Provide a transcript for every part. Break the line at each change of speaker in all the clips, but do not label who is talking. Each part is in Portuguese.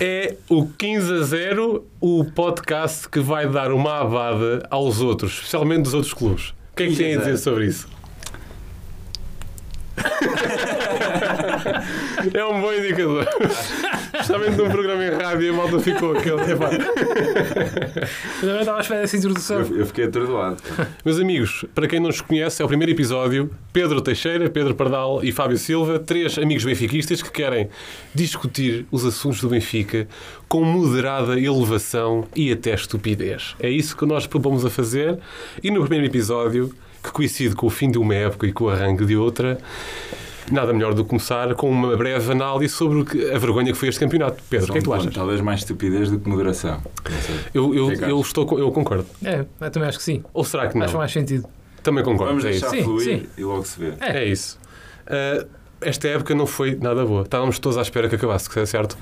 é o 15 a 0, o podcast que vai dar uma avada aos outros, especialmente dos outros clubes. O que é que têm a dizer sobre isso? É um bom indicador. Especialmente num programa em rádio, a malta ficou aquele. Epá.
Eu também estava à espera dessa introdução.
Eu, eu fiquei atordoado.
Meus amigos, para quem não nos conhece, é o primeiro episódio. Pedro Teixeira, Pedro Pardal e Fábio Silva, três amigos benfiquistas que querem discutir os assuntos do Benfica com moderada elevação e até estupidez. É isso que nós propomos a fazer. E no primeiro episódio, que coincide com o fim de uma época e com o arranque de outra, nada melhor do que começar com uma breve análise sobre o que- a vergonha que foi este campeonato. Pedro, o que é que tu
Bom,
achas?
Então, Talvez mais estupidez do que moderação. Não sei.
Eu, eu,
O que é que
eu,
achas?
estou, com- eu concordo.
É, eu também acho que sim.
Ou será que não?
Acho que faz sentido.
Também concordo.
Vamos
é isso.
deixar
Sim,
fluir
sim.
e logo se vê.
É.
É isso. Ah, esta época não foi nada boa. Estávamos todos à espera que acabasse, que é certo?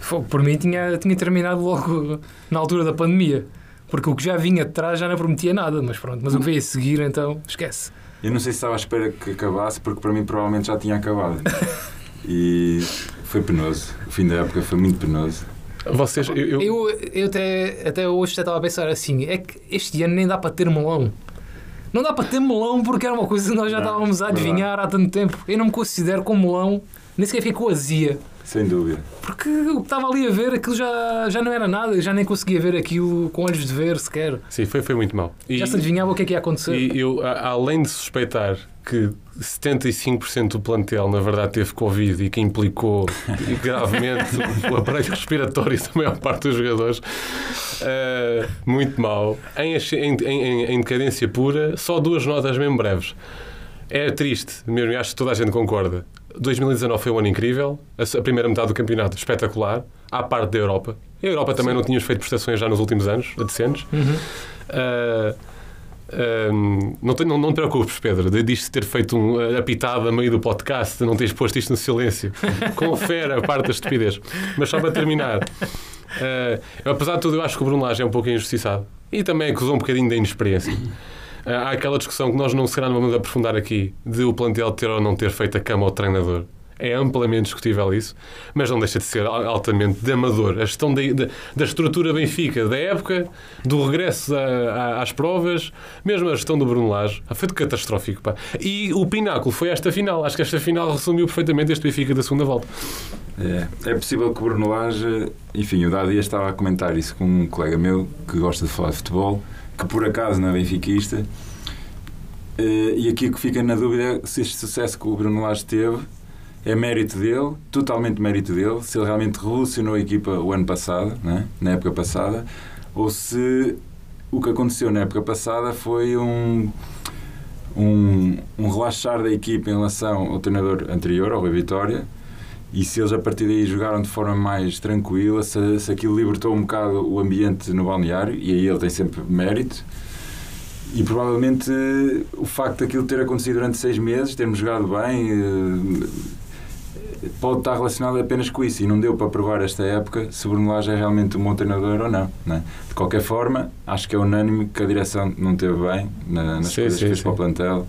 Fo- Por mim tinha, tinha terminado logo na altura da pandemia. Porque o que já vinha de trás já não prometia nada, mas pronto. Mas o que veio a seguir, então, esquece.
Eu não sei se estava à espera que acabasse, porque para mim provavelmente já tinha acabado. E foi penoso. O fim da época foi muito penoso.
Vocês, eu, eu-
Eu, eu até, até hoje até estava a pensar assim: é que este ano nem dá para ter melão. Não dá para ter melão porque era uma coisa que nós já
Não,
estávamos a
verdade.
adivinhar há tanto tempo. Eu não me considero como melão, nem sequer ficou azia.
Sem dúvida.
Porque o que estava ali a ver, aquilo já, já não era nada, eu já nem conseguia ver aquilo com olhos de ver sequer.
Sim, foi, foi muito mal. E,
Já se adivinhava o que é que ia acontecer.
e eu, a- além de suspeitar que 75% do plantel, na verdade, teve Covid e que implicou gravemente o aparelho respiratório da maior parte dos jogadores, ah, muito mal. Em, asce- em, em, em decadência pura, só duas notas mesmo breves. É triste, mesmo, e acho que toda a gente concorda. 2019 foi um ano incrível, a s- a primeira metade do campeonato espetacular, à parte da Europa. A Europa também não tinha feito prestações já nos últimos anos, decentes. Ah, ahm, não, te, não, não te preocupes, Pedro, de- disto de ter feito um, ah, a pitada a meio do podcast, de não teres posto isto no silêncio. Confere a parte da estupidez. Mas só para terminar, ah, eu, apesar de tudo, eu acho que o Bruno Lage é um pouco injustiçado e também acusou um bocadinho da inexperiência. Ah, Há aquela discussão que nós não se calhar não vamos aprofundar aqui de o plantel ter ou não ter feito a cama ao treinador. É amplamente discutível isso, mas não deixa de ser al- altamente damador. A gestão da, da- da estrutura Benfica, da época, do regresso a- a- às provas, mesmo a gestão do Bruno Lage, ah, foi de catastrófico. Pá. E o pináculo foi esta final. Acho que esta final resumiu perfeitamente este Benfica da segunda volta.
É, é possível que o Bruno Lage, enfim, o Dadia estava a comentar isso com um colega meu que gosta de falar de futebol, que por acaso não é benfiquista, Eh, e aqui o que fica na dúvida é se este sucesso que o Bruno Lage teve é mérito dele, totalmente mérito dele, se ele realmente revolucionou a equipa o ano passado, né, na época passada, ou se o que aconteceu na época passada foi um um, um relaxar da equipa em relação ao treinador anterior, ao Rui Vitória, e se eles a partir daí jogaram de forma mais tranquila, se, se aquilo libertou um bocado o ambiente no balneário, e aí ele tem sempre mérito. E provavelmente eh, o facto daquilo ter acontecido durante seis meses, termos jogado bem, eh, pode estar relacionado apenas com isso. E não deu para provar esta época se Bruno Lage é realmente um bom treinador ou não. né? De qualquer forma, acho que é unânime que a direção não teve bem na- nas
Sim,
coisas
sim,
que fez
sim.
para o plantel.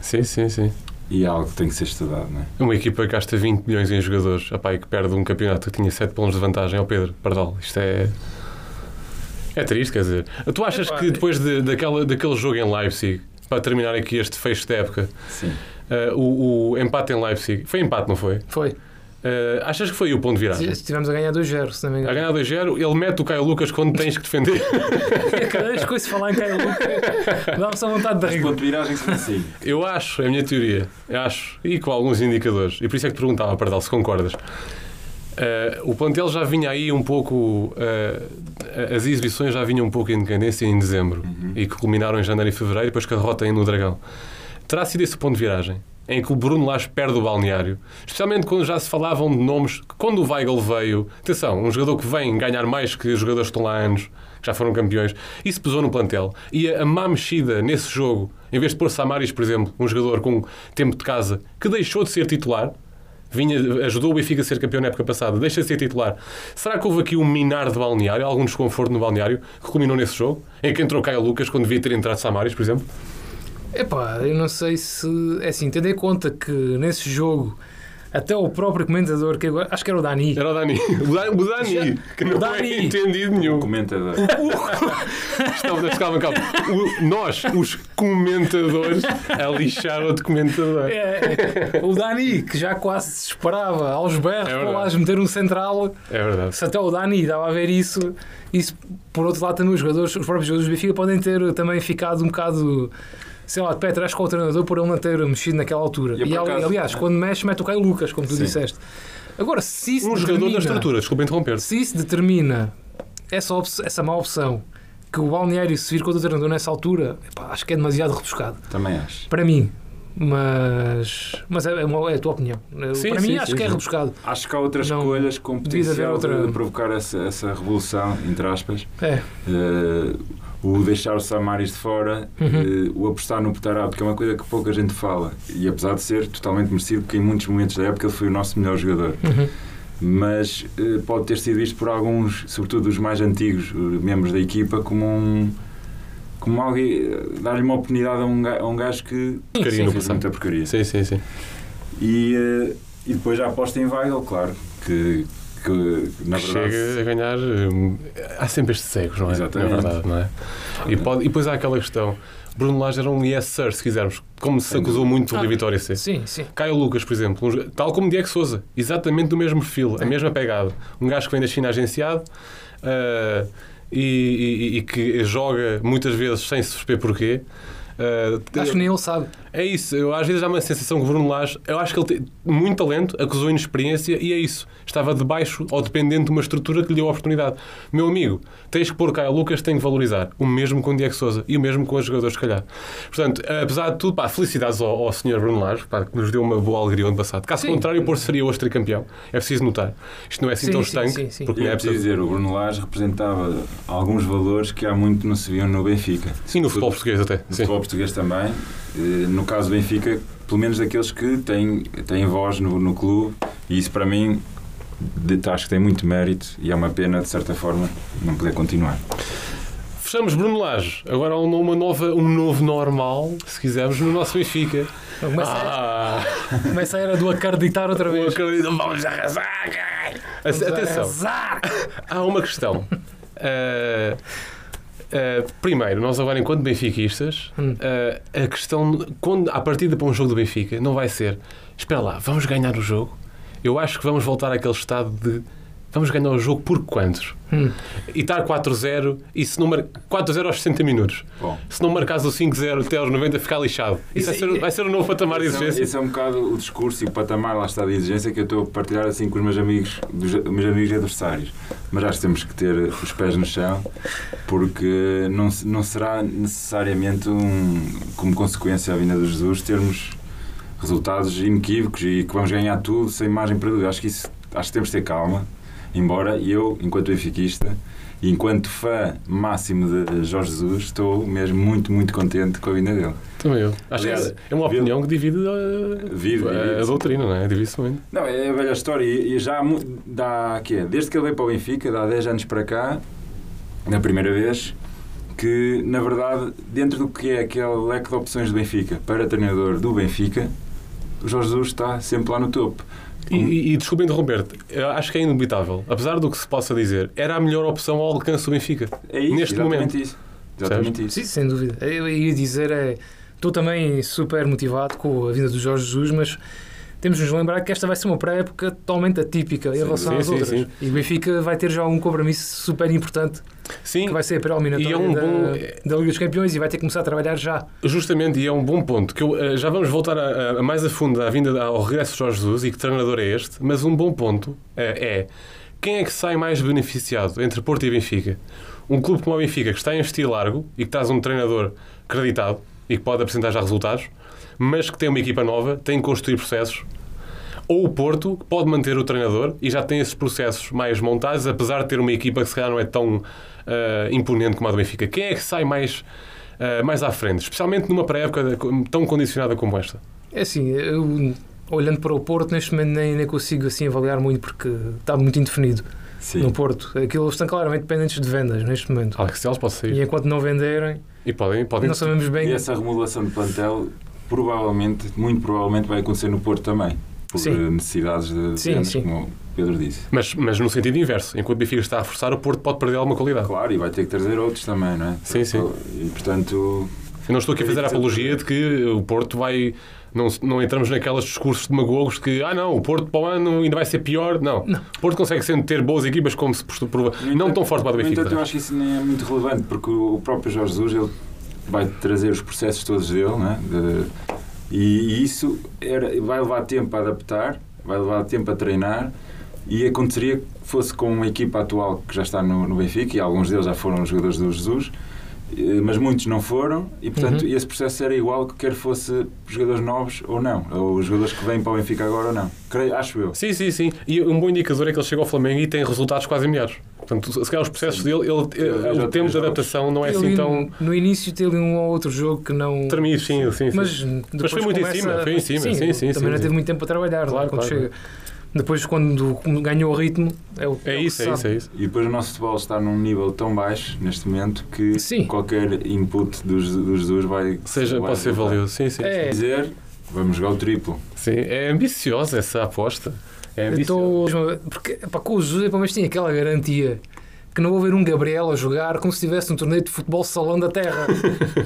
Sim, sim, sim.
E é algo que tem que ser estudado, não é?
Uma equipa que gasta 20 milhões em jogadores Epá, e que perde um campeonato que tinha 7 pontos de vantagem ao Pedro Pardal. Isto é. É triste, quer dizer. Tu achas
Epá,
que depois de, daquela, daquele jogo em Leipzig, para terminar aqui este fecho de época,
Sim.
eh, o, o empate em Leipzig. Foi empate, não foi?
Foi.
Eh, achas que foi aí o ponto de virada?
Estivemos a ganhar 2-0, se não me
A
engano.
ganhar 2-0, ele mete o Caio Lucas quando tens que defender.
Cada vez que ouço falar em Caio Lucas, dá-me só vontade de
Mas
rir.
ponto de viragem que assim.
Eu acho, é a minha teoria, eu acho, e com alguns indicadores, e por isso é que te perguntava, Pardal, se concordas. Eh, o plantel já vinha aí um pouco. eh, as exibições já vinham um pouco em decadência em dezembro e que culminaram em janeiro e fevereiro, depois que a derrota aí no Dragão. Terá sido esse o ponto de viragem em que o Bruno Lage perde o balneário, especialmente quando já se falavam de nomes. que Quando o Weigl veio, atenção, um jogador que vem ganhar mais que os jogadores que estão lá há anos, que já foram campeões, isso pesou no plantel. E a, a má mexida nesse jogo, em vez de pôr Samaris, por exemplo, um jogador com tempo de casa, que deixou de ser titular, Vinha, ajudou o Benfica a ser campeão na época passada, deixa de ser titular. Será que houve aqui um minar de balneário, algum desconforto no balneário, que culminou nesse jogo? Em que entrou Caio Lucas quando devia ter entrado Samaris, por exemplo?
Epá, eu não sei se. É assim, tendo em conta que nesse jogo Até o próprio comentador, que agora, acho que era o Dani.
Era o Dani. O Dani, o Dani que não
Dani.
é entendido nenhum.
Comentador.
Estamos, calma, calma. O- nós, os comentadores, a lixar o documentador.
É, é, o Dani, que já quase se disparava aos berros
É
para
verdade.
lá meter um central.
É verdade.
Se até o Dani estava a ver isso, isso por outro lado também os jogadores, os próprios jogadores do Benfica podem ter também ficado um bocado, sei lá, de pé atrás com o treinador por ele não ter mexido naquela altura.
E é
E,
por
ali-
acaso-
aliás, quando mexe, mete o Caio Lucas, como tu
Sim.
disseste. Agora, se isso
Um jogador da
determina-
estrutura, desculpa interromper.
se isso determina essa, op- essa má opção, que o balneário se vir contra o treinador nessa altura, epá, acho que é demasiado rebuscado.
Também acho.
Para mim. Mas, mas é, é uma- é a tua opinião. Eu-
Sim,
para
sim,
mim, acho
sim,
que é
sim.
rebuscado.
Acho que há outras
Não,
escolhas com
devia haver
potencial
outra-
de provocar essa, essa revolução, entre aspas.
É.
Eh, o deixar o Samaris de fora,
Uhum.
eh, o apostar no Petarab, que é uma coisa que pouca gente fala. E apesar de ser totalmente merecido, porque em muitos momentos da época ele foi o nosso melhor jogador.
Uhum.
Mas eh, pode ter sido visto por alguns, sobretudo os mais antigos eh, membros da equipa, como um. Como alguém. eh, dar-lhe uma oportunidade a um ga- a um gajo que.
Porcaria
Sim,
no
fez
passado.
muita porcaria.
Sim, sim, sim.
E, eh, e depois a aposta em Weigl, claro, que, que, na
Que
verdade.
Chega a ganhar. hum, Há sempre estes cegos, não é?
Exatamente.
Na verdade, não é? E, pode- e depois há aquela questão. Bruno Lage era um yes sir, se quisermos. Como se
Sem
acusou muito
Ah,
da Vitória C.
Sim, sim.
Caio Lucas, por exemplo, um jo- tal como Diego Souza, exatamente do mesmo perfil, a mesma pegada. Um gajo que vem da China agenciado ah, e, e- e que joga muitas vezes sem se perceber porquê. Ah,
Acho que nem ele sabe.
É isso, eu às vezes há uma sensação que o Bruno Lage, eu acho que ele tem muito talento, acusou inexperiência e é isso. Estava debaixo ou dependente de uma estrutura que lhe deu a oportunidade. Meu amigo, tens que pôr Caio Lucas, tem que valorizar. O mesmo com o Diego Souza e o mesmo com os jogadores, se calhar. Portanto, apesar de tudo, pá, felicidades ao, ao senhor Bruno Lage, pá, que nos deu uma boa alegria ano passado. Caso
Sim.
contrário, o Porto seria hoje tricampeão. É preciso notar. Isto não é assim
Sim,
tão
sim,
estanque,
sim, sim.
porque
E
não
é
é
preciso
preciso.
dizer, o Bruno Lage representava alguns valores que há muito não se viam no Benfica.
Sim, no futebol português até.
No
Sim.
futebol português também. Eh, No caso do Benfica, pelo menos daqueles que têm, têm voz no, no clube. E isso, para mim, de- acho que tem muito mérito e é uma pena, de certa forma, não poder continuar.
Fechamos Bruno Lage. Agora há uma nova, um novo normal, se quisermos, no nosso Benfica.
Então, Começa,
Ah,
começa a era do acreditar outra
eu
vez.
acabei de- vamos arrasar, caralho. Ace- Atenção,
Azar!
há uma questão. Ah, ah, primeiro, nós agora, enquanto benfiquistas,
Hum.
ah, a questão, quando a partida para um jogo do Benfica, não vai ser espera lá, vamos ganhar o jogo. Eu acho que vamos voltar àquele estado de vamos ganhar o jogo por quantos?
Hum.
E estar 4-0 e se não mar... 4-0 aos 60 minutos.
Bom,
Se não marcares o 5-0 até aos 90, ficar lixado. Isso vai ser, vai ser o novo patamar de
esse, é,
exigência.
esse é um bocado o discurso e o patamar, lá está, de exigência que eu estou a partilhar assim com os meus amigos, dos, meus amigos e adversários. Mas acho que temos que ter os pés no chão, porque não, se- não será necessariamente um, como consequência da vinda de Jesus termos resultados inequívocos e que vamos ganhar tudo sem margem para dúvida. Acho que, isso, acho que temos de ter calma, embora eu, enquanto benfiquista, e enquanto fã máximo de Jorge Jesus, estou mesmo muito, muito contente com a vinda dele.
Também eu. Acho
Aliás,
que é uma
viu?
opinião que divide a,
Vive,
a-
divide-se.
a doutrina, não é? Divide-se muito.
Não, é a velha história. E e já há, mu- dá, quê? desde que ele veio para o Benfica, dá 10 anos para cá, na primeira vez, que na verdade, dentro do que é aquele leque de opções do Benfica para treinador do Benfica, o Jorge Jesus está sempre lá no topo.
E, e, e desculpa interromper-te, eu acho que é inevitável. Apesar do que se possa dizer, era a melhor opção ao alcance do Benfica.
É isso,
Neste
exatamente
momento.
isso. Exatamente isso.
Sim, sem dúvida. Eu ia dizer é. Estou também super motivado com a vinda do Jorge Jesus, mas temos de nos lembrar que esta vai ser uma pré-época totalmente atípica em
Sim,
relação
sim,
às
sim,
outras.
sim.
E o Benfica vai ter já um compromisso super importante
Sim,
que vai ser a pré-eliminatória
E é um
da,
bom-
da Liga dos Campeões e vai ter que começar a trabalhar já.
justamente, e é um bom ponto. que eu, eh, Já vamos voltar a, a- mais a fundo à vinda, ao regresso de Jorge Jesus e que treinador é este, mas um bom ponto eh, é quem é que sai mais beneficiado entre Porto e Benfica? Um clube como o Benfica, que está a investir largo e que traz um treinador acreditado e que pode apresentar já resultados, mas que tem uma equipa nova, tem que construir processos, ou o Porto, que pode manter o treinador e já tem esses processos mais montados, apesar de ter uma equipa que se calhar não é tão ah, imponente como a do Benfica. Quem é que sai mais, ah, mais à frente, especialmente numa pré-época da- tão condicionada como esta?
É assim, eu olhando para o Porto, neste momento nem, nem consigo assim avaliar muito porque está muito indefinido
Sim.
no Porto. Aquilo eles estão claramente dependentes de vendas neste momento.
Alex Teles pode sair.
E enquanto não venderem,
E podem, podem
não sabemos
E
bem.
essa remodelação de plantel provavelmente, muito provavelmente vai acontecer no Porto também. por
Sim.
eh, necessidades de
Sim,
vendas,
sim.
como o Pedro disse.
Mas, mas no sentido inverso, enquanto o Benfica está a forçar, o Porto pode perder alguma qualidade.
Claro, e vai ter que trazer outros também, não é?
Sim, sim.
E portanto,
Eu não estou aqui a fazer a
Acredito
apologia de que o Porto vai. Não, não entramos naqueles discursos demagogos que, ah não, o Porto para o ano ainda vai ser pior. Não. O Porto consegue sempre ter boas equipas como se postu- prova-
No
Não
entanto-
tão forte para o
No
Benfica. tá?
entanto, eu acho que isso nem é muito relevante, porque o próprio Jorge Jesus ele vai trazer os processos todos dele, né? De- e, e isso era, vai levar tempo a adaptar, vai levar tempo a treinar, e aconteceria que fosse com uma equipa atual que já está no, no Benfica, e alguns deles já foram os jogadores do Jesus, eh, mas muitos não foram, e
Uhum.
portanto esse processo era igual que quer fosse jogadores novos ou não, ou os jogadores que vêm para o Benfica agora ou não. Creio, acho eu.
Sim, sim, sim. E um bom indicador é que ele chega ao Flamengo e tem resultados quase imediatos. Portanto, se calhar os processos dele, ele-
Ele já
o
tem
tempo de
jogos.
adaptação não é
Eu
assim
li
tão.
No início teve um ou outro jogo que não.
Tremido, sim, sim. sim.
Mas, depois
foi muito em
começa-
cima, foi em cima, sim, sim,
Também
sim,
não
sim.
teve muito tempo para trabalhar,
Claro,
claro, quando
claro,
chega. Depois, quando ganhou o ritmo, é o
é
o
isso,
que
é
sabe.
isso, é isso.
E depois o nosso futebol está num nível tão baixo neste momento que
Sim.
qualquer input dos, dos dois vai
Seja,
vai
pode ser
resultar.
valioso. Sim, sim.
É.
Quer Dizer, vamos jogar o triplo.
Sim, é ambiciosa essa aposta. É ambiciosa.
Então, porque pá, com o José, pelo menos tinha aquela garantia que não vou ver um Gabriel a jogar como se estivesse num torneio de futebol salão da terra.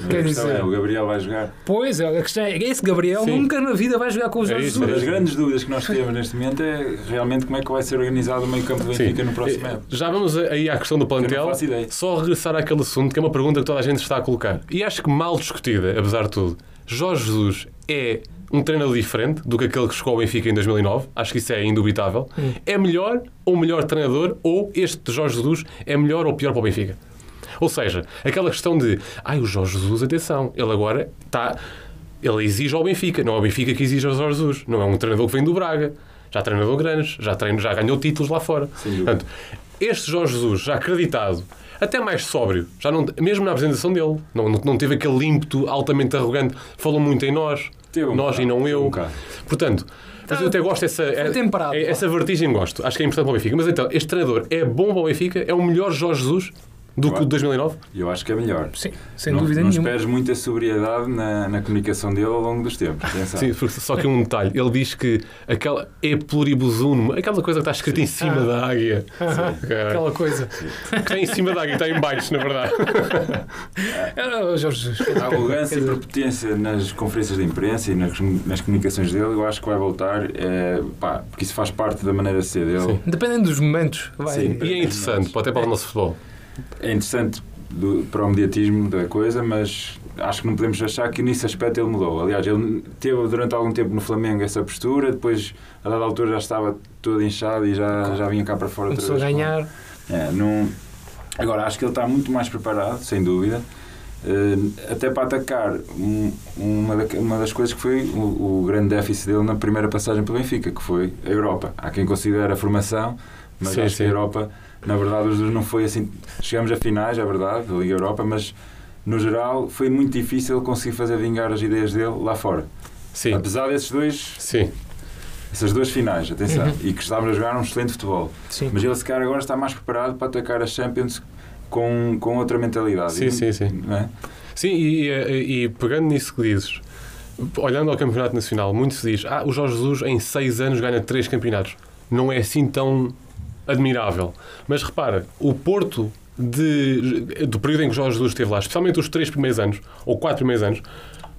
Quer
A questão
dizer,
é, o Gabriel vai jogar.
pois, é, a questão é, esse Gabriel
Sim.
nunca na vida vai jogar com os
É
Jesus.
isso, é
Uma das grandes dúvidas que nós temos neste momento é realmente como é que vai ser organizado o meio campo do Benfica no próximo
Eh,
ano.
Já vamos aí à questão do
Eu
plantel.
não faço ideia.
Só regressar àquele assunto que é uma pergunta que toda a gente está a colocar. E acho que mal discutida, apesar de tudo. Jorge Jesus é um treinador diferente do que aquele que chegou ao Benfica em 2009. Acho que isso é indubitável. É melhor ou melhor treinador ou este Jorge Jesus é melhor ou pior para o Benfica? Ou seja, aquela questão de ai, o Jorge Jesus, atenção, ele agora está. Ele exige ao Benfica, não é o Benfica que exige ao Jorge Jesus, não é um treinador que vem do Braga, já treinou grandes, já, treino, já ganhou títulos lá fora.
Sem dúvida.
Portanto, este Jorge Jesus, já acreditado, até mais sóbrio, já não, mesmo na apresentação dele, não, não, não teve aquele ímpeto altamente arrogante, falou muito em nós,
Teve um
nós e
bocado,
não
teve um
eu.
bocado.
Portanto, mas eu até gosto dessa. é-
Tá. temperado,
é-
pá.
essa vertigem gosto, acho que é importante para o Benfica. Mas então, este treinador é bom para o Benfica, é o melhor Jorge Jesus do que o de 2009?
Eu acho que é melhor.
Sim, sem
não,
dúvida
não
nenhuma.
esperes muita sobriedade na, na comunicação dele ao longo dos tempos. Atenção.
Sim, porque- só que um detalhe. Ele diz que aquela é pluribusum, aquela coisa que está escrita em cima
Ah.
da águia. Cara,
Aquela coisa.
que está em cima da águia, está em baixo, na verdade.
Ah, o Jorge Jesus.
A arrogância e prepotência nas conferências de imprensa e nas, nas comunicações dele, eu acho que vai voltar, é, pá, porque isso faz parte da maneira de ser dele.
Sim.
Dependendo dos momentos, vai.
Sim.
E é interessante, pode até para o nosso futebol.
É interessante do- para o mediatismo da coisa, mas acho que não podemos achar que nesse aspecto ele mudou. Aliás, ele teve durante algum tempo no Flamengo essa postura, depois a dada altura já estava todo inchado e já, já vinha cá para fora outra
Começou a
vez.
ganhar.
É, não- Agora, acho que ele está muito mais preparado, sem dúvida, eh, até para atacar um- uma, da- uma das coisas que foi o, o grande déficit dele na primeira passagem pelo Benfica, que foi a Europa. Há quem considere a formação, mas
Sim,
acho que a
sim.
Europa, na verdade, os dois não foi assim. Chegamos a finais, é verdade, da Liga Europa, mas no geral foi muito difícil conseguir fazer vingar as ideias dele lá fora.
Sim,
Apesar desses dois,
sim.
essas duas finais, atenção,
Uhum.
e que estávamos a jogar um excelente futebol.
Sim.
Mas ele, se calhar, agora está mais preparado para atacar a Champions com, com outra mentalidade.
Sim, sim, sim.
Não é?
Sim, e, e- e pegando nisso que dizes, olhando ao Campeonato Nacional, muito se diz: ah, o Jorge Jesus em seis anos ganha três campeonatos. Não é assim tão admirável. Mas repara, o Porto, de, do período em que o Jorge Jesus esteve lá, especialmente os três primeiros anos, ou quatro primeiros anos,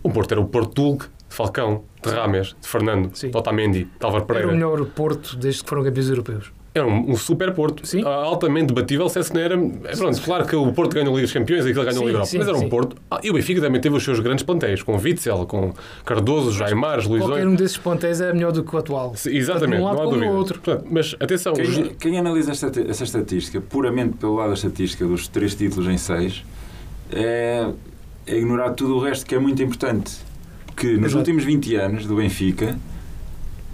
o Porto era o Porto de Hulk, de Falcão, de Rames, de Fernando,
Sim.
de Otamendi, de Álvaro
Era
Pereira.
o melhor Porto desde que foram campeões europeus.
Era um, um super Porto.
Sim.
Ah, Altamente debatível, se esse não era. é, Pronto, claro que o Porto ganhou a Liga dos Campeões e aquele ganhou a Liga
Sim,
Europa.
sim,
mas era um
sim.
Porto. Ah, e o Benfica também teve os seus grandes plantéis, com Witzel, com Cardoso, Jaimar,
Qualquer
Luizões.
um desses plantéis era melhor do que o atual.
Sim, Exatamente,
Tanto de
não
um lado
há
como do
dúvida.
outro.
Portanto, mas atenção, os-
Quem, quem analisa esta, essa estatística, puramente pelo lado da estatística dos três títulos em seis, é, é ignorar tudo o resto que é muito importante. Que nos
Exato.
últimos 20 anos do Benfica,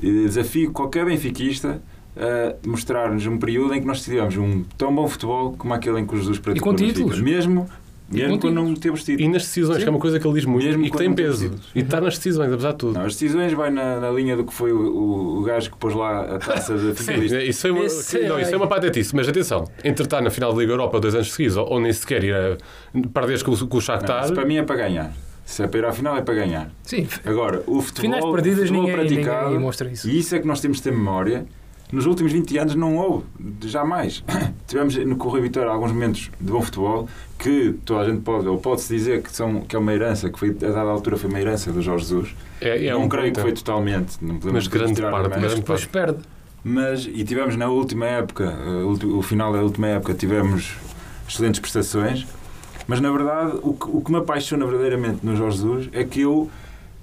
eh, desafio qualquer benfiquista a mostrar-nos um período em que nós tivemos um tão bom futebol como aquele em que os Jesus praticou
com
no Benfica.
títulos.
Mesmo, mesmo
com
quando não temos títulos.
e nas decisões,
Sim.
que é uma coisa que ele diz muito
Mesmo
e que
quando
tem
não tem
peso.
decisões.
E está nas decisões, apesar de tudo.
Não, as decisões vai na, na linha do que foi o, o- o gajo que pôs lá a taça da finalista.
Isso foi uma,
Esse
não, isso é
é-
uma patetice, mas atenção, entre estar na final da Liga Europa dois anos seguidos ou, ou nem sequer ir a perderes com, o- com o
Não,
Shakhtar,
isso para mim é para ganhar. Se é para ir à final, é para ganhar.
Sim,
Agora, o futebol,
finais
o
perdidas
futebol
ninguém,
praticado,
ninguém mostra isso.
e isso é que nós temos de ter memória, nos últimos 20 anos não houve, jamais. Tivemos no Correio Vitória alguns momentos de bom futebol que toda a gente pode, ou pode-se dizer que, são, que é uma herança, que foi, a dada altura foi uma herança do Jorge Jesus.
É, é
não
um
creio que
ponto.
foi totalmente, não
Mas
podemos
grande
tirar
parte,
nada.
Mas
grande
depois perde.
Mas, e tivemos na última época, eh, ulti- o final da última época, tivemos excelentes prestações. Mas, na verdade, o que, o que me apaixona verdadeiramente no Jorge Jesus é que eu,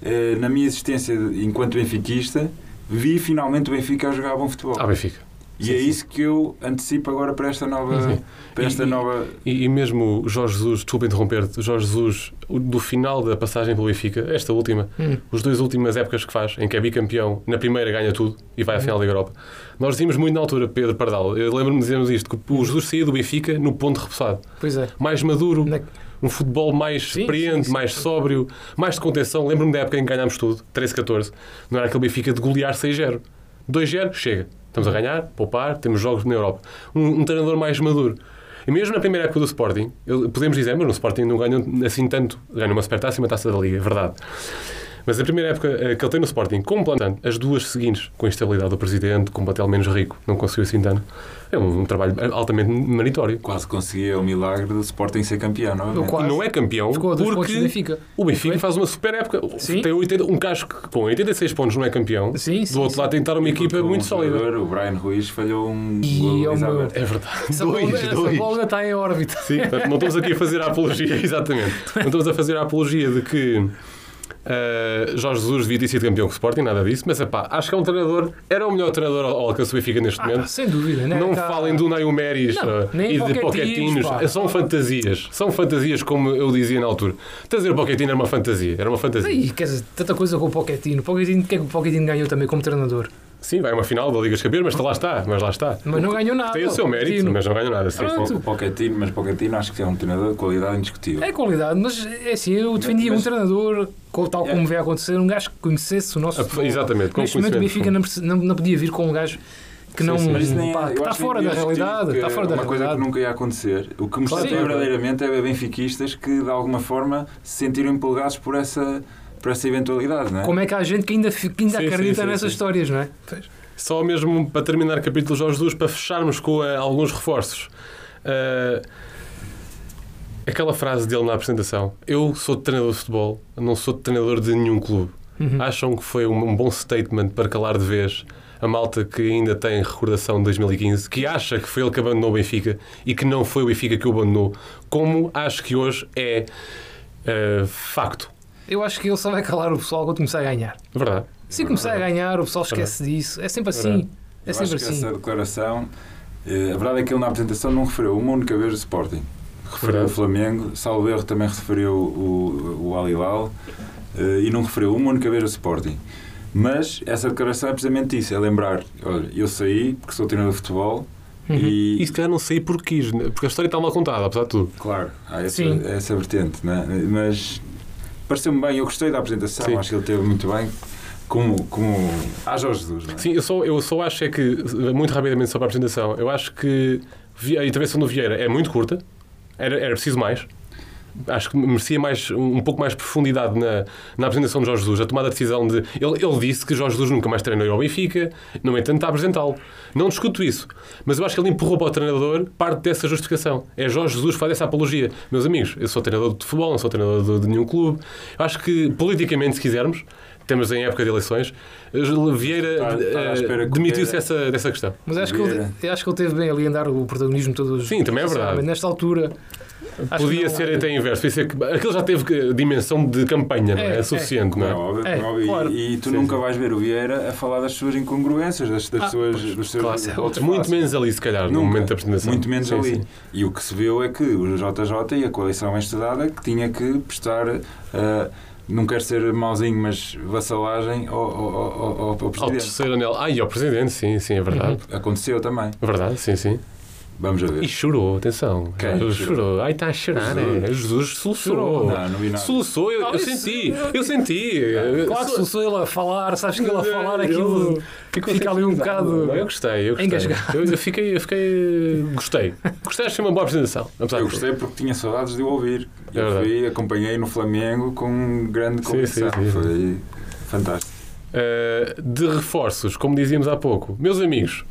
eh, na minha existência de- enquanto benfiquista, vi finalmente o Benfica a jogar bom futebol.
Ah, Benfica.
e
sim,
é
sim.
isso que eu antecipo agora para esta nova.
Sim.
Para
E-
esta
e-
nova...
E, e mesmo o Jorge Jesus, desculpa interromper-te, o Jorge Jesus, o- do final da passagem pelo Benfica, esta última,
Hum.
os dois últimas épocas que faz, em que é bicampeão, na primeira ganha tudo e vai à final da Europa. Nós dizíamos muito na altura, Pedro Pardal, eu lembro-me de dizermos isto, que o Jesus saía do Benfica no ponto repousado.
Pois é.
Mais maduro,
Na-
um futebol mais
Sim,
experiente,
sim, sim.
mais sóbrio, mais de contenção. Lembro-me da época em que ganhámos tudo, 13-14. Não era aquele Benfica de golear 6-0. 2-0, chega. Estamos a ganhar, poupar, temos jogos na Europa. Um, um treinador mais maduro. E mesmo na primeira época do Sporting, eu- podemos dizer, mas no Sporting não ganhou assim tanto. Ganhou uma supertaça e uma taça da Liga, é verdade. Mas a primeira época eh, que ele tem no Sporting, como plantando, as duas seguintes, com a instabilidade do Presidente, com um plantel menos rico, não conseguiu assim tanto, é um, um trabalho altamente meritório.
Quase conseguia o milagre do Sporting ser campeão, não
Eu quase-
E não é campeão
Ficou a dois pontos do
porque
Benfica.
o Benfica
Foi?
faz uma super época.
Sim.
Tem 80, um casco que com 86 pontos não é campeão.
Sim, sim,
do outro
sim.
lado tem que estar uma equipa
Com
muito
um
sólida.
jogador, O Brian Ruiz falhou um
é E é
gol
o meu-
aberto.
É verdade.
Essa bola-
dois,
essa
dois.
bola ainda está em órbita.
Sim, portanto, não estamos aqui a fazer a apologia, exatamente. Não estamos a fazer a apologia de que ah, Jorge Jesus devia ter sido campeão com o Sporting, nada disso, mas epá, acho que é um treinador, era o melhor treinador ao ao alcance do Benfica neste
Ah,
momento.
sem dúvida, né?
Não
Tá-
falem do Nayo Meris
Não,
ah,
nem
e de
Pochettino,
Poquetinhos.
pá.
São fantasias. São fantasias, como eu dizia na altura. Trazer o Poquetinho era uma fantasia. Era uma fantasia.
Ei, quer dizer, tanta coisa com o Pochettino. Pochettino, o que é que o Pochettino ganhou também como treinador?
Sim, vai a uma final da Liga dos Campeões, mas lá está. Mas lá está.
Mas Ah, não ganhou nada.
Tem o seu mérito,
Pochettino.
mas não ganha nada. Sim,
Pronto.
sim.
O Pochettino, mas Pochettino acho que é um treinador de qualidade indiscutível.
É qualidade, mas é assim, eu defendia
Mas-
um treinador, co- tal como veio a acontecer, um gajo que conhecesse o nosso.
Ah,
futebol.
Exatamente, com
Neste momento o
conhecimento.
Benfica não, perce- não, não podia vir com um gajo que não.
sim,
Mas isso nem é-
pá, que
eu
está
acho
fora da
indiscutível,
realidade.
que é
Está fora da
Uma coisa que
realidade.
nunca ia acontecer. O que me
Claro.
chateia
Sim.
verdadeiramente é ver benfiquistas que, de alguma forma, se sentiram empolgados por essa, por essa eventualidade, não é?
Como é que há gente que ainda, fi- que ainda
Sim, sim,
acredita
sim,
nessas
sim.
histórias, não é?
Só mesmo para terminar o capítulo Jorge Jesus, para fecharmos com eh, alguns reforços. Eh, aquela frase dele na apresentação: Eu sou treinador de futebol, não sou treinador de nenhum clube.
Uhum. Hum.
Acham que foi um, um bom statement para calar de vez a malta que ainda tem recordação de 2015, que acha que foi ele que abandonou o Benfica e que não foi o Benfica que o abandonou, como acho que hoje é eh, facto.
Eu acho que ele só vai calar o pessoal quando começar a ganhar.
Verdade.
Se começar a ganhar, o pessoal esquece disso. É sempre assim.
Eu
É
acho
sempre
que essa
assim.
declaração... eh, A verdade é que ele, na apresentação, não referiu uma única vez o Sporting. Referiu o
Verdade.
Flamengo. Salvo erro, também referiu o, o Alilal. E não referiu uma única vez o Sporting. Mas essa declaração é precisamente isso, é lembrar, olha, eu saí porque sou treinador de futebol
Uhum.
e
E se calhar não sei porque quis, né? porque a história está mal contada, apesar de tudo.
Claro, há essa,
Sim.
essa vertente, né? mas pareceu-me bem, eu gostei da apresentação,
Sim.
acho que ele teve muito bem, como, como a Jorge Jesus, não é?
Sim, eu só, eu só acho é que, muito rapidamente sobre a apresentação, eu acho que Vi- a intervenção do Vieira é muito curta, era, era preciso mais. Acho que merecia mais, um um pouco mais de profundidade na, na apresentação de Jorge Jesus. A tomada de decisão de. Ele, ele disse que Jorge Jesus nunca mais treinou ao Benfica, no entanto, está a apresentá-lo. Não discuto isso, mas eu acho que ele empurrou para o treinador parte dessa justificação. É Jorge Jesus que faz essa apologia. Meus amigos, eu sou treinador de futebol, não sou treinador de, de nenhum clube. Eu acho que, politicamente, se quisermos, estamos em época de eleições, Vieira
Está- está à
eh,
espera que o
demitiu-se
Vieira-
dessa, dessa questão.
Mas acho que, ele,
Vieira.
eu acho que ele teve bem ali a dar o protagonismo todos.
Sim, também é verdade.
sinceramente, Nesta altura. acho que
Podia
não-
ser até inverso. Podia ser que... Aquilo já teve que- dimensão de campanha, não é?
É,
É,
é.
suficiente,
Como
não
é
é?
óbvio,
É,
como é óbvio. E-
claro.
E, tu
Sim,
nunca
sim.
vais ver o Vieira a falar das suas incongruências, das, das suas. Dos seus
Claro, é
altos
muito
passos.
menos ali, se calhar, no
Nunca.
momento da apresentação.
Muito menos
Sim,
ali.
sim.
E o que se viu é que o JJ e a coalição estudada que tinha que prestar, ah, não quero ser mauzinho, mas vassalagem ao, ao, ao, ao- ao
Ao
presidente.
terceiro anel. Ah, e ao presidente, sim, sim, é verdade.
Uhum.
Aconteceu também.
É verdade, sim, sim.
Vamos a ver.
E chorou, atenção.
Quem?
chorou.
Chorou.
Ai, está a chorar,
Jesus.
é. Jesus soluçou.
Chorou.
Não, não vi nada.
Soluçou, eu,
Ah,
eu
isso-
senti. Eu senti.
Claro que sou ele a falar, sabes que ele a falar aquilo.
Fico-
fica ali um bocado
Eu gostei, eu gostei.
engasgado.
Eu, eu fiquei, eu fiquei. Gostei. Gostei, achei uma boa apresentação. apesar de
Eu
tudo.
gostei porque tinha saudades de o ouvir.
É
Eu
verdade.
fui, acompanhei no Flamengo com grande
Sim,
convicção.
sim, sim.
Foi fantástico.
Uh, de reforços, como dizíamos há pouco, meus amigos,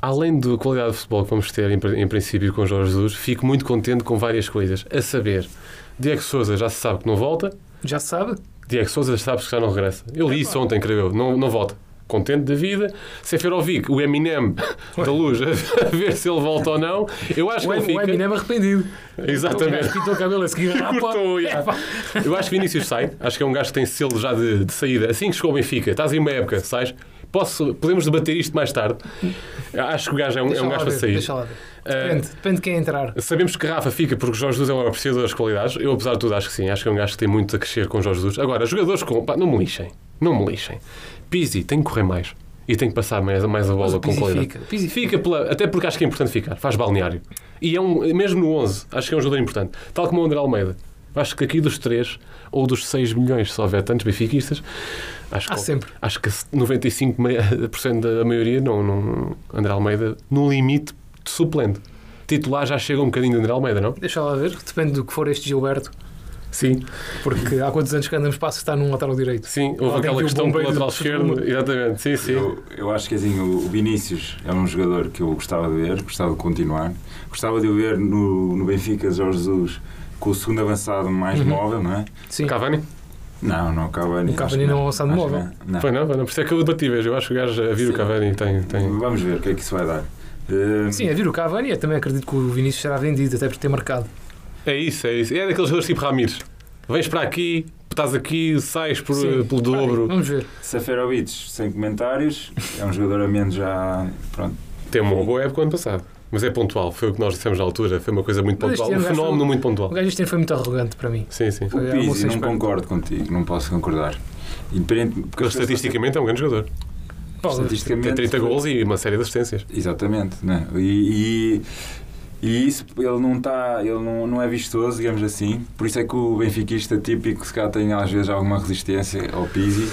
além da qualidade de futebol que vamos ter em, prin- em princípio com o Jorge Jesus, fico muito contente com várias coisas. A saber, Diego Souza já se sabe que não volta,
Já se sabe?
Diego Souza sabes que já não regressa. Eu li isso ontem, creio eu, não, não volta. Contente da vida. Seferovic, o Eminem da luz, a ver se ele volta ou não. Eu acho
O
que ele
Em-
fica.
o Eminem arrependido.
Exatamente.
O gajo pintou o cabelo a seguir. rapa.
Cortou, já. Eu acho que Vinícius sai. Acho que é um gajo que tem selo já de, de saída. Assim que chegou ao Benfica, estás em uma época, sais. Posso, podemos debater isto mais tarde. Acho que o gajo é um, é
Deixa
um
lá
gajo para
ver,
sair.
Deixa lá ver.
Ah,
Depende, depende de quem entrar.
sabemos que Rafa fica porque Jorge Jesus é um apreciador das qualidades. Eu, apesar de tudo, acho que sim. Acho que é um gajo que tem muito a crescer com Jorge Jesus. Agora, jogadores com. pá, não me lixem. Não me lixem. Pizzi tem que correr mais. E tem que passar mais, mais a
Mas
bola
o
com
Pizzi
qualidade.
fica. o Pizzi fica.
Fica pela, até porque acho que é importante ficar, faz balneário. E é um, mesmo no 11, acho que é um jogador importante. Tal como o André Almeida. Acho que aqui dos 3 ou dos 6 milhões, se houver tantos benfiquistas, acho
Há
que,
sempre.
acho que 95% da maioria, não, não, André Almeida, no limite, suplente. Titular já chega um bocadinho de André Almeida, não?
Deixa lá ver. Depende do que for este Gilberto.
Sim,
Porque há quantos anos que andamos para acertar num lateral direito?
sim.
Alguém
Houve aquela
viu o
questão do
bombeiro
lateral
de
esquerdo.
Setúbal?
Exatamente, sim, sim.
Eu, eu acho que assim, o o Vinícius é um jogador que eu gostava de ver, gostava de continuar. Gostava de o ver no, no Benfica Jorge Jesus com o segundo avançado mais
Uhum.
móvel, não é?
Sim.
Cavani?
Não, não, o Cavani.
O Cavani
acho que
não é um avançado
acho
móvel.
que Não.
Foi não, foi não. Por isso é que eu debati, vejo. Eu acho que o gajo a vir o
Sim.
Cavani tem. tem...
Vamos ver o que é que isso vai dar. Eh,
Sim, é. a vir o Cavani, eu também acredito que o Vinícius será vendido, até por ter marcado.
É isso, é isso. É daqueles jogadores tipo Ramires. Vens para aqui, estás aqui, sais por-
Sim.
pelo dobro.
Vamos ver.
Seferovic, sem comentários, é um jogador a menos já. Pronto.
Tem uma boa época ano passado. Mas é pontual, foi o que nós dissemos na altura. Foi uma coisa muito
Mas este
pontual, um
ano já
fenómeno
foi-
muito
O
pontual.
gajo este ano foi muito arrogante para mim.
Sim, sim.
O
É,
Pizzi,
algo sem
não
esperança.
concordo contigo, não posso concordar. Independente,
Porque ele estatisticamente é um grande jogador.
Pá,
estatisticamente
Tem 30 gols e uma série de assistências.
Exatamente, né? E, e, e isso ele não está, ele não, não é vistoso, digamos assim. Por isso é que o benfiquista típico se calhar tem às vezes alguma resistência ao Pizzi,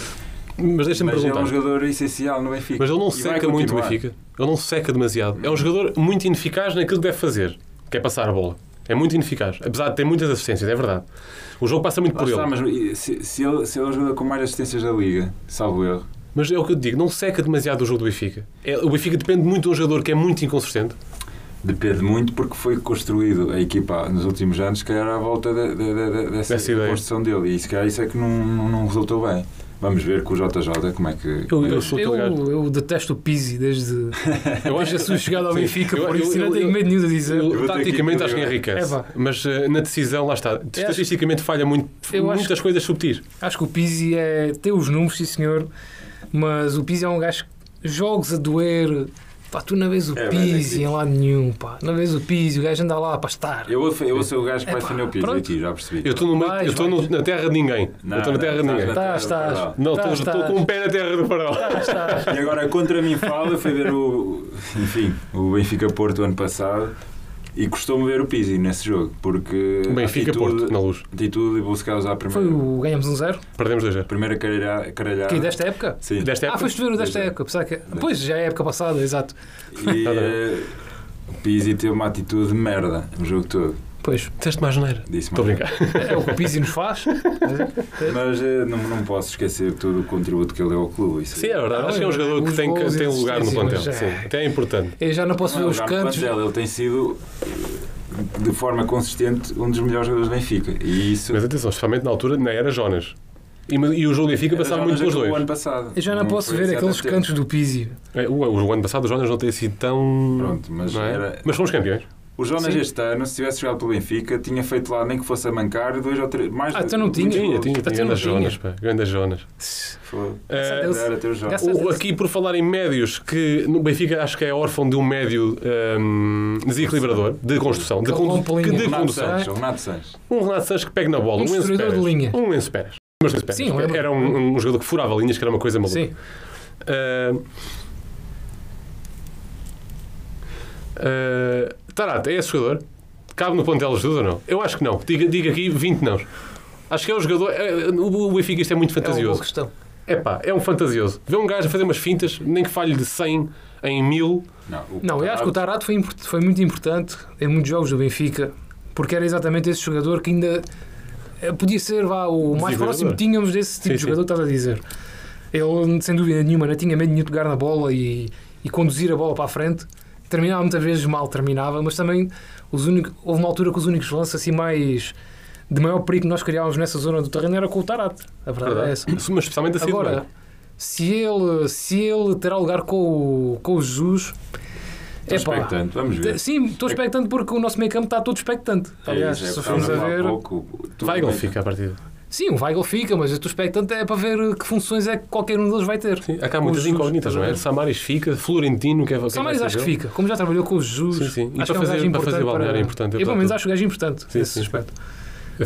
Mas deixa-me
mas ele é
perguntar.
um jogador essencial no Benfica.
Mas ele não
E vai
seca muito o
continuar.
Benfica. Ele não seca demasiado. É um jogador muito ineficaz naquilo que deve fazer, que é passar a bola. É muito ineficaz. Apesar de ter muitas assistências, é verdade. O jogo passa muito
Lá
por ele.
está, mas e se, se ele, se ele é o jogador com mais assistências da liga, salvo erro.
Mas é o que eu te digo, não seca demasiado o jogo do Benfica. É- o Benfica depende muito de um jogador que é muito inconsistente.
Depende muito porque foi construído a equipa nos últimos anos, se calhar à volta de- de- de- de- dessa,
Dessa ideia.
construção dele. E se calhar isso é que não, não, não resultou bem. Vamos ver com o JJ como é que.
Eu- eu
é.
sou-
Eu,
aquele gajo.
eu detesto o Pizzi desde,
Eu
desde a sua chegada ao
Sim.
Benfica,
Eu-
por
eu-
isso eu,
eu-
não tenho
eu-
medo nenhum de dizer.
Eu,
Eu vou ter que
taticamente
equilibrar.
acho que enriquece.
É, vá.
mas eh, na decisão, lá está. Estatisticamente falha muito,
Eu acho
muitas coisas subtis.
Acho que o Pizzi é, tem os números, sim senhor, mas o Pizzi é um gajo que jogos a doer. Pá, tu não vês o
É, mas é
Pizzi
que-
em lado nenhum, pá. Não vês o Pizzi, o gajo anda lá para estar.
Eu, ouço- eu sou o gajo que vai
Epá,
defender o Pizzi
pronto.
aqui, já percebi.
Eu estou no meio-
Vais,
eu estou
vais.
no- na terra de ninguém.
Não,
eu estou na terra
não,
de
estás
ninguém.
na-
Estás, Tá, estás.
Não,
Não,
Estás,
estou- estou
estás.
com o pé na terra do farol.
Estás, estás.
E agora contra mim fala, foi ver o, enfim, o Benfica Porto ano passado e custou-me ver o Pizzi nesse jogo, porque a
Benfica
atitude,
Porto, na luz.
atitude e buscar usar a
Foi
primeira,
o ganhamos um zero?
Perdemos 2
a primeira caralha- caralhada.
Que desta época?
Sim.
Desta
Ah,
época.
foste ver o desta
Desta-
época, apesar que. Pois, já é época passada, exato.
E
Nada.
eh, o Pizzi teve uma atitude de merda o jogo todo.
Pois.
Teste mais um. neira.
Disse
Estou a brincar.
É o que o Pizzi nos faz.
Mas eh, não, não posso esquecer todo o contributo que ele deu ao clube. Isso
Sim, é verdade.
Não,
Acho que é um
mas
jogador que
os
tem, que
gols
tem
e
lugar no plantel.
assistências, mas
Sim,
já-
até é importante.
Eu já não posso
Não,
ver
o
os
Gago
cantos.
Pantel, Ele tem sido eh, de forma consistente um dos melhores jogadores do Benfica. E isso
Mas atenção, especialmente na altura, na era Jonas. E, mas- e o jogo do Benfica passava
Era
muito
já
pelos
no
dois.
ano passado.
Eu já não posso
foi
ver
certo
aqueles
até.
cantos do Pizzi.
É, O, o ano passado o Jonas não tem sido tão.
Pronto, mas
não é?
era-
Mas fomos campeões.
O Jonas
Sim.
este ano, se tivesse jogado pelo Benfica, tinha feito lá nem que fosse a mancar dois ou três. Mais
Ah, então não tinha.
muitos
Tinha,
golos.
tinha,
Até
tinha.
não
Grandes
tinha.
Jonas, pá. Grandes Jonas.
Foi.
Eh,
Deus.
Era ter o Jonas.
Graças a
o-
Deus.
aqui por falar em médios, que no Benfica acho que é órfão de um médio ehm, desequilibrador, de construção, de,
Que
condu
rompe
que
linha.
de
Renato
condução.
Sanches, o Renato Sanches.
Um Renato Sanches que pega na bola,
Um
um, Enzo
destruidor
Pérez.
de linha.
Um Enzo Pérez. Mas o Enzo Pérez
Sim, eu lembro.
era um, um jogador que furava linhas, que era uma coisa Ah, maluca.
Sim.
Ehm, Eh, Tarate, é esse jogador? Cabe no plantel de Jesus ou não? Eu acho que não. Diga, diga aqui 20 não. Acho que é o jogador. é, o o Benfica isto é muito
É uma boa
fantasioso.
questão.
É pá, é um fantasioso. Vê um gajo a fazer umas fintas, nem que falhe de 100 em 1000.
Não, o
Não, eu acho que o Tarado foi, import- foi muito importante em muitos jogos do Benfica, porque era exatamente esse jogador que ainda eh, podia ser vá, o mais
Desequilibrador.
próximo que tínhamos desse tipo
Sim,
de
sim.
jogador que estás a dizer. Ele, sem dúvida nenhuma, não tinha medo nenhum de pegar na bola e, e conduzir a bola para a frente. Terminava muitas vezes mal, terminava, mas também os único- houve uma altura que os únicos lances assim mais de maior perigo que nós criávamos nessa zona do terreno era com o Tarate. A verdade é essa.
Mas especialmente assim
Agora, se ele, se ele terá lugar com o, com o Jesus,
Estou expectante, vamos ver.
Sim,
É
estou expectante porque o nosso meio campo está todo expectante. Aliás,
É isso,
se
tá
é,
formos a
estávamos há
ver.
pouco, tudo
Vai, ele
bem.
fica a partida.
Sim, o Weigl fica, mas eu estou expectante é para ver que funções é que qualquer um deles vai ter.
Sim, há cá
O
muitas
Jesus,
incógnitas, não é?
estás a ver?
Samaris fica, Florentino, que é
Só mais acho que fica. Como já trabalhou com o Jesus,
Sim, sim. E para
acho que é
fazer-
um gajo
para
importante.
fazer balneário é importante, é
Eu pelo menos
para
acho o gajo importante
Sim,
nesse
sim. É
aspecto.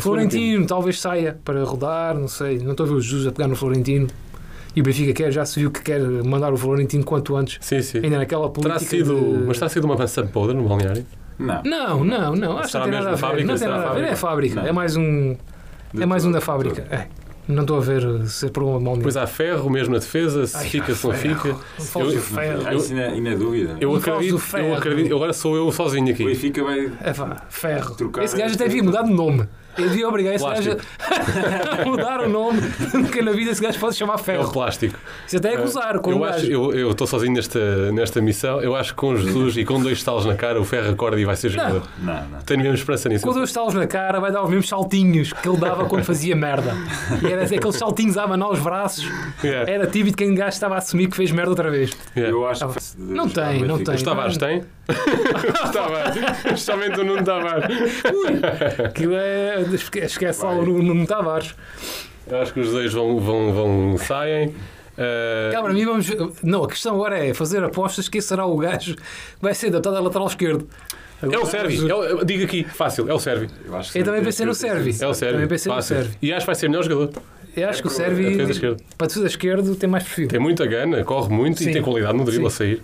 Florentino talvez saia para rodar, não sei. Não estou a ver o Jesus a pegar no Florentino. E o Benfica quer, já se viu que quer mandar o Florentino quanto antes.
Sim, sim.
Ainda naquela política.
Terá sido,
de-
Mas terá sido uma maçã podre no balneário?
Não,
Não, não, não. Acho que
Será
não tem
mesmo
nada a ver.
fábrica?
não tem
Será
nada a ver. É fábrica.
Não.
É mais um.
de
é mais um
tudo,
da
de
fábrica.
tudo.
É. Não estou a ver uh, se é problema mal nenhum.
Pois há ferro mesmo na defesa, se
Ai,
fica, se não
ferro.
fica.
Não fales
Eu-
do um ferro.
Ah, isso ainda, ainda é dúvida.
Eu
Não fales
acredito,
do ferro.
eu acredito, agora sou eu sozinho
O
aqui.
Benfica vai.
É vá, ferro.
Trocar-
Esse gajo até devia mudar de nome. Eu devia obrigar esse
Plástico.
gajo a mudar o nome, porque na vida esse gajo pode chamar
É o
ferro.
plástico.
Isso até é gozar com o
eu
gajo.
acho, eu eu estou sozinho nesta, nesta missão. Eu acho que com Jesus e com dois talos na cara, o ferro acorda e vai ser jogador.
Não, não.
Tenho mesmo esperança nisso.
Com dois talos na cara, vai dar os mesmos saltinhos que ele dava quando fazia merda. E era assim, aqueles saltinhos a abanar os braços.
Yeah,
Era típido quem gajo estava a assumir que fez merda outra vez.
yeah.
Eu acho
Ah,
que.
não tem, não tem.
Os Tavares têm? Os Tavares. Justamente o Nuno Tavares.
Aquilo é. Esquece lá o Nuno Tavares.
Eu acho que os dois vão, vão, vão saem. Ah,
Cá É, para mim vamos. Não, a questão agora é fazer apostas que será o gajo que vai ser adaptado a lateral esquerdo.
é o Servi. É o- diga aqui, fácil, é o Servi.
Eu também pensei no Servi.
É o Servi.
Também pensei no
Fácil.
Servi.
E acho que vai ser melhor jogador.
Eu acho que o
É defesa
Servi,
esquerda.
para defesa esquerdo, tem mais perfil.
Tem muita gana, corre muito
Sim.
e tem qualidade no drible a sair.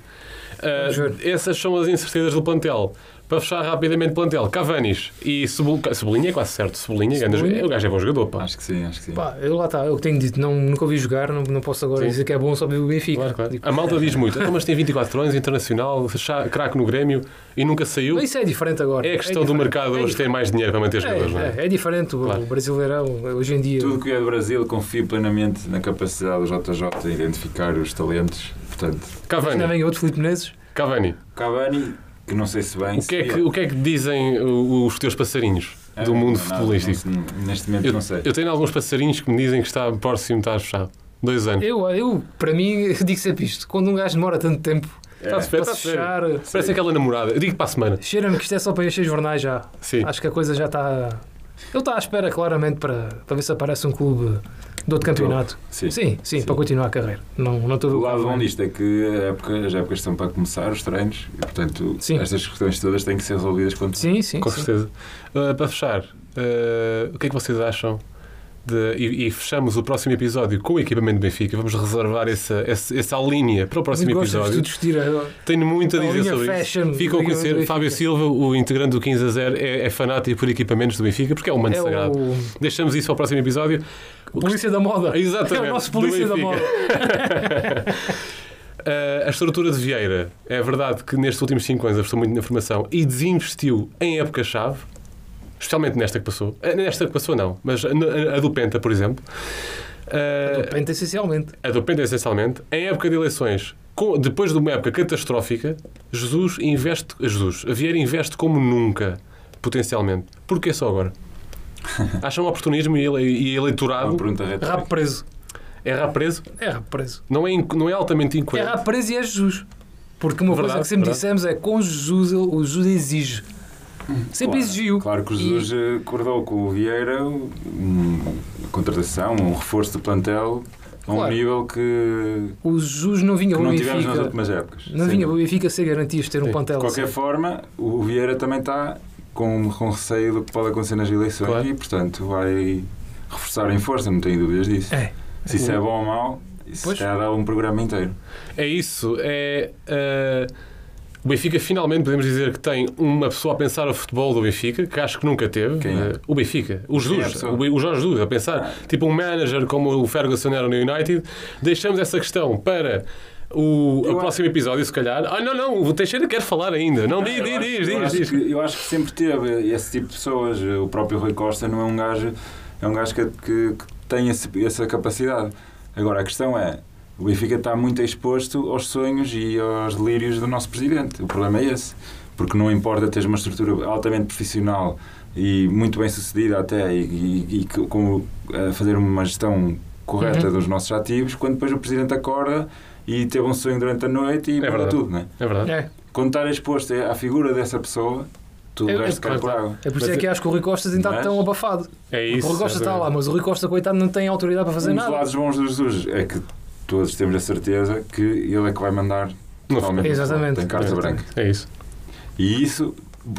Ah,
Vamos ver.
essas são as incertezas do plantel. Para fechar rapidamente o plantel, Cavanis e Cebul- Cebolinha, é quase certo. Cebolinha, grande
Cebolinha.
jo- o gajo é bom jogador, pá.
Acho que sim, acho que sim.
Pá, eu lá está, eu tenho dito, não, nunca ouvi jogar, não, não posso agora
Sim.
dizer que é bom só ver o Benfica.
Claro, claro.
Digo,
A malta diz muito. "Ah, Mas tem 24 anos, internacional, chá- craque no Grêmio e nunca saiu.
mas isso é diferente agora.
É a questão do
diferente.
mercado
É
hoje ter mais dinheiro para manter os jogadores, não
É,
é?
é, é diferente o,
Claro.
o brasileirão hoje em dia.
Tudo que é do Brasil, confio plenamente na capacidade do JJ de identificar os talentos. Portanto,
Ainda
Cavani,
vem outro Filipe Menezes.
Cavani,
Cavani, que não sei se bem.
o que, é que, o que é que dizem o- os teus passarinhos do mundo futebolístico?
neste momento,
Eu,
Ah, não sei.
eu tenho alguns passarinhos que me dizem que está próximo de estar fechado. Dois anos.
Eu, eu, para mim, eu digo sempre isto: quando um gajo demora tanto tempo
Está Tá a
É.
se ver,
para
está a
se
se ver.
fechar,
Parece aquela namorada. Eu digo para a semana.
cheira-me que isto é só para encher jornais já.
Sim.
Acho que a coisa já está. Ele está à espera, claramente, para, para ver se aparece um clube de outro campeonato.
Sim.
Sim, sim, para continuar a carreira. Não, não estou
O lado bom disto é que a época, as épocas estão para começar, os treinos, e portanto,
Sim.
estas questões todas têm que ser resolvidas quanto
Sim, sim.
Com
sim.
certeza. Uh, para fechar, uh, o que é que vocês acham? de- e, e fechamos o próximo episódio com o equipamento do Benfica. Vamos reservar essa, essa, essa linha para o próximo
Muito gosto de
episódio.
discutir. é a-
Tenho muito a
a
dizer
linha
sobre
fashion
isso.
assim. do
Ficam a
equipamento do
conhecer
Benfica.
Fábio Silva, o integrante do 15 a 0, é, é fanático por equipamentos do Benfica, porque é um manto
É
sagrado.
o
Deixamos isso para o próximo episódio.
Polícia da Moda.
Exatamente.
É o nosso
do
Polícia da
Benfica.
Moda.
Uh, a estrutura de Vieira, é verdade que nestes últimos 5 anos apostou muito na formação e desinvestiu em época-chave, especialmente nesta que passou. Eh, Nesta que passou, não, mas a, a- a do Penta, por exemplo. Uh,
Depende, essencialmente.
a do Penta, essencialmente, em época de eleições, com- depois de uma época catastrófica, Jesus investe. Jesus, Vieira investe como nunca, potencialmente. Porquê só agora? Acham oportunismo e, ele, e
É uma
eleitorado
pergunta retórica.
Rabo preso.
é rap preso?
É rabo preso.
Não é, inco- não é altamente
É
incoerente.
rabo preso e é Jesus. Porque uma coisa
Verdade,
que sempre
verdade.
dissemos é com Jesus, ele- o Jesus exige. Sempre exigiu.
Claro que o
E-
Jesus eh, acordou com o Vieira um- uma contratação, um reforço do plantel a um
Claro.
nível que,
O Jesus não vinha
que
ao
não tivemos nas
Benfica.
últimas épocas.
Não
Sim.
vinha ao Benfica sem garantias de ter um
Sim.
plantel.
De qualquer forma, o Vieira também está com, com receio do que pode acontecer nas eleições
Claro.
e, portanto, vai reforçar em força, não tenho dúvidas disso.
É.
Se isso é bom ou mau, isso
Pois.
já dá um programa inteiro.
É isso, é. eh, O Benfica finalmente podemos dizer que tem uma pessoa a pensar o futebol do Benfica, que acho que nunca teve.
Quem é?
Eh, O Benfica, o
Quem é a
Jesus,
pessoa?
o, Be- o Jorge Jesus, a pensar, tipo um manager como o Ferguson era no United. Deixamos essa questão para. O, o
Eu
próximo episódio, se calhar. Ah, não, não, o Teixeira quer falar ainda. Não, diz, diz, diz,
eu,
diz,
acho
diz.
que, eu acho que sempre teve esse tipo de pessoas. O próprio Rui Costa não é um gajo, é um gajo que, que- que tem esse- essa capacidade. Agora, a questão é: o Benfica está muito exposto aos sonhos e aos delírios do nosso presidente. O problema é esse. Porque não importa teres uma estrutura altamente profissional e muito bem sucedida, até, e, e- e co- com, a fazer uma gestão correta
Uhum.
dos nossos ativos, quando depois o presidente acorda e teve um sonho durante a noite e
É
muda
verdade.
tudo, não é?
É verdade.
É,
quando estar exposto à figura dessa pessoa, tu
É,
é,
é
gajo cai
claro.
por água.
é por isso
Mas
é que acho que o Rui Costa ainda está
Mas-
tão abafado.
É
o
isso.
Rui Costa está lá, mas o Rui Costa, coitado, não tem autoridade para fazer
um dos
nada.
lados bons do Jesus é que todos temos a certeza que ele é que vai mandar
No
totalmente.
Exatamente.
Tem carta branca.
É isso.
E isso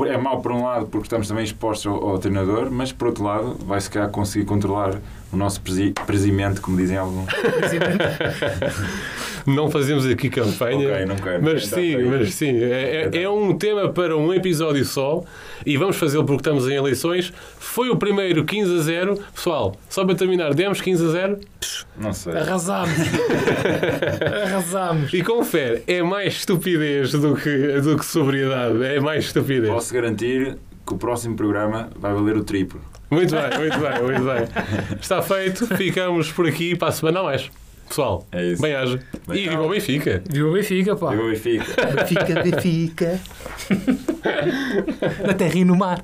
é mau por um lado porque estamos também expostos ao, ao treinador, mas por outro lado vai-se cá conseguir controlar o nosso presi presimento, como dizem alguns.
Não fazemos aqui campanha.
Ok, não quero.
Mas
Então,
sim,
foi-
mas sim. É,
Então.
é- é um tema para um episódio só e vamos fazê-lo porque estamos em eleições. Foi o primeiro 15 a 0. Pessoal, só para terminar, demos 15 a 0
Não sei.
Arrasamos. Arrasamos.
e confere, é mais estupidez do que, do que sobriedade. É mais estupidez.
Posso garantir que o próximo programa vai valer o triplo.
Muito bem, muito bem, muito bem. Está feito, ficamos por aqui para a semana a mais. Pessoal,
É isso.
bem-aja. E
Bem-
viva o Benfica.
Viu o Benfica, pá.
Eu e fico.
Benfica, Benfica. Na terra e no mar.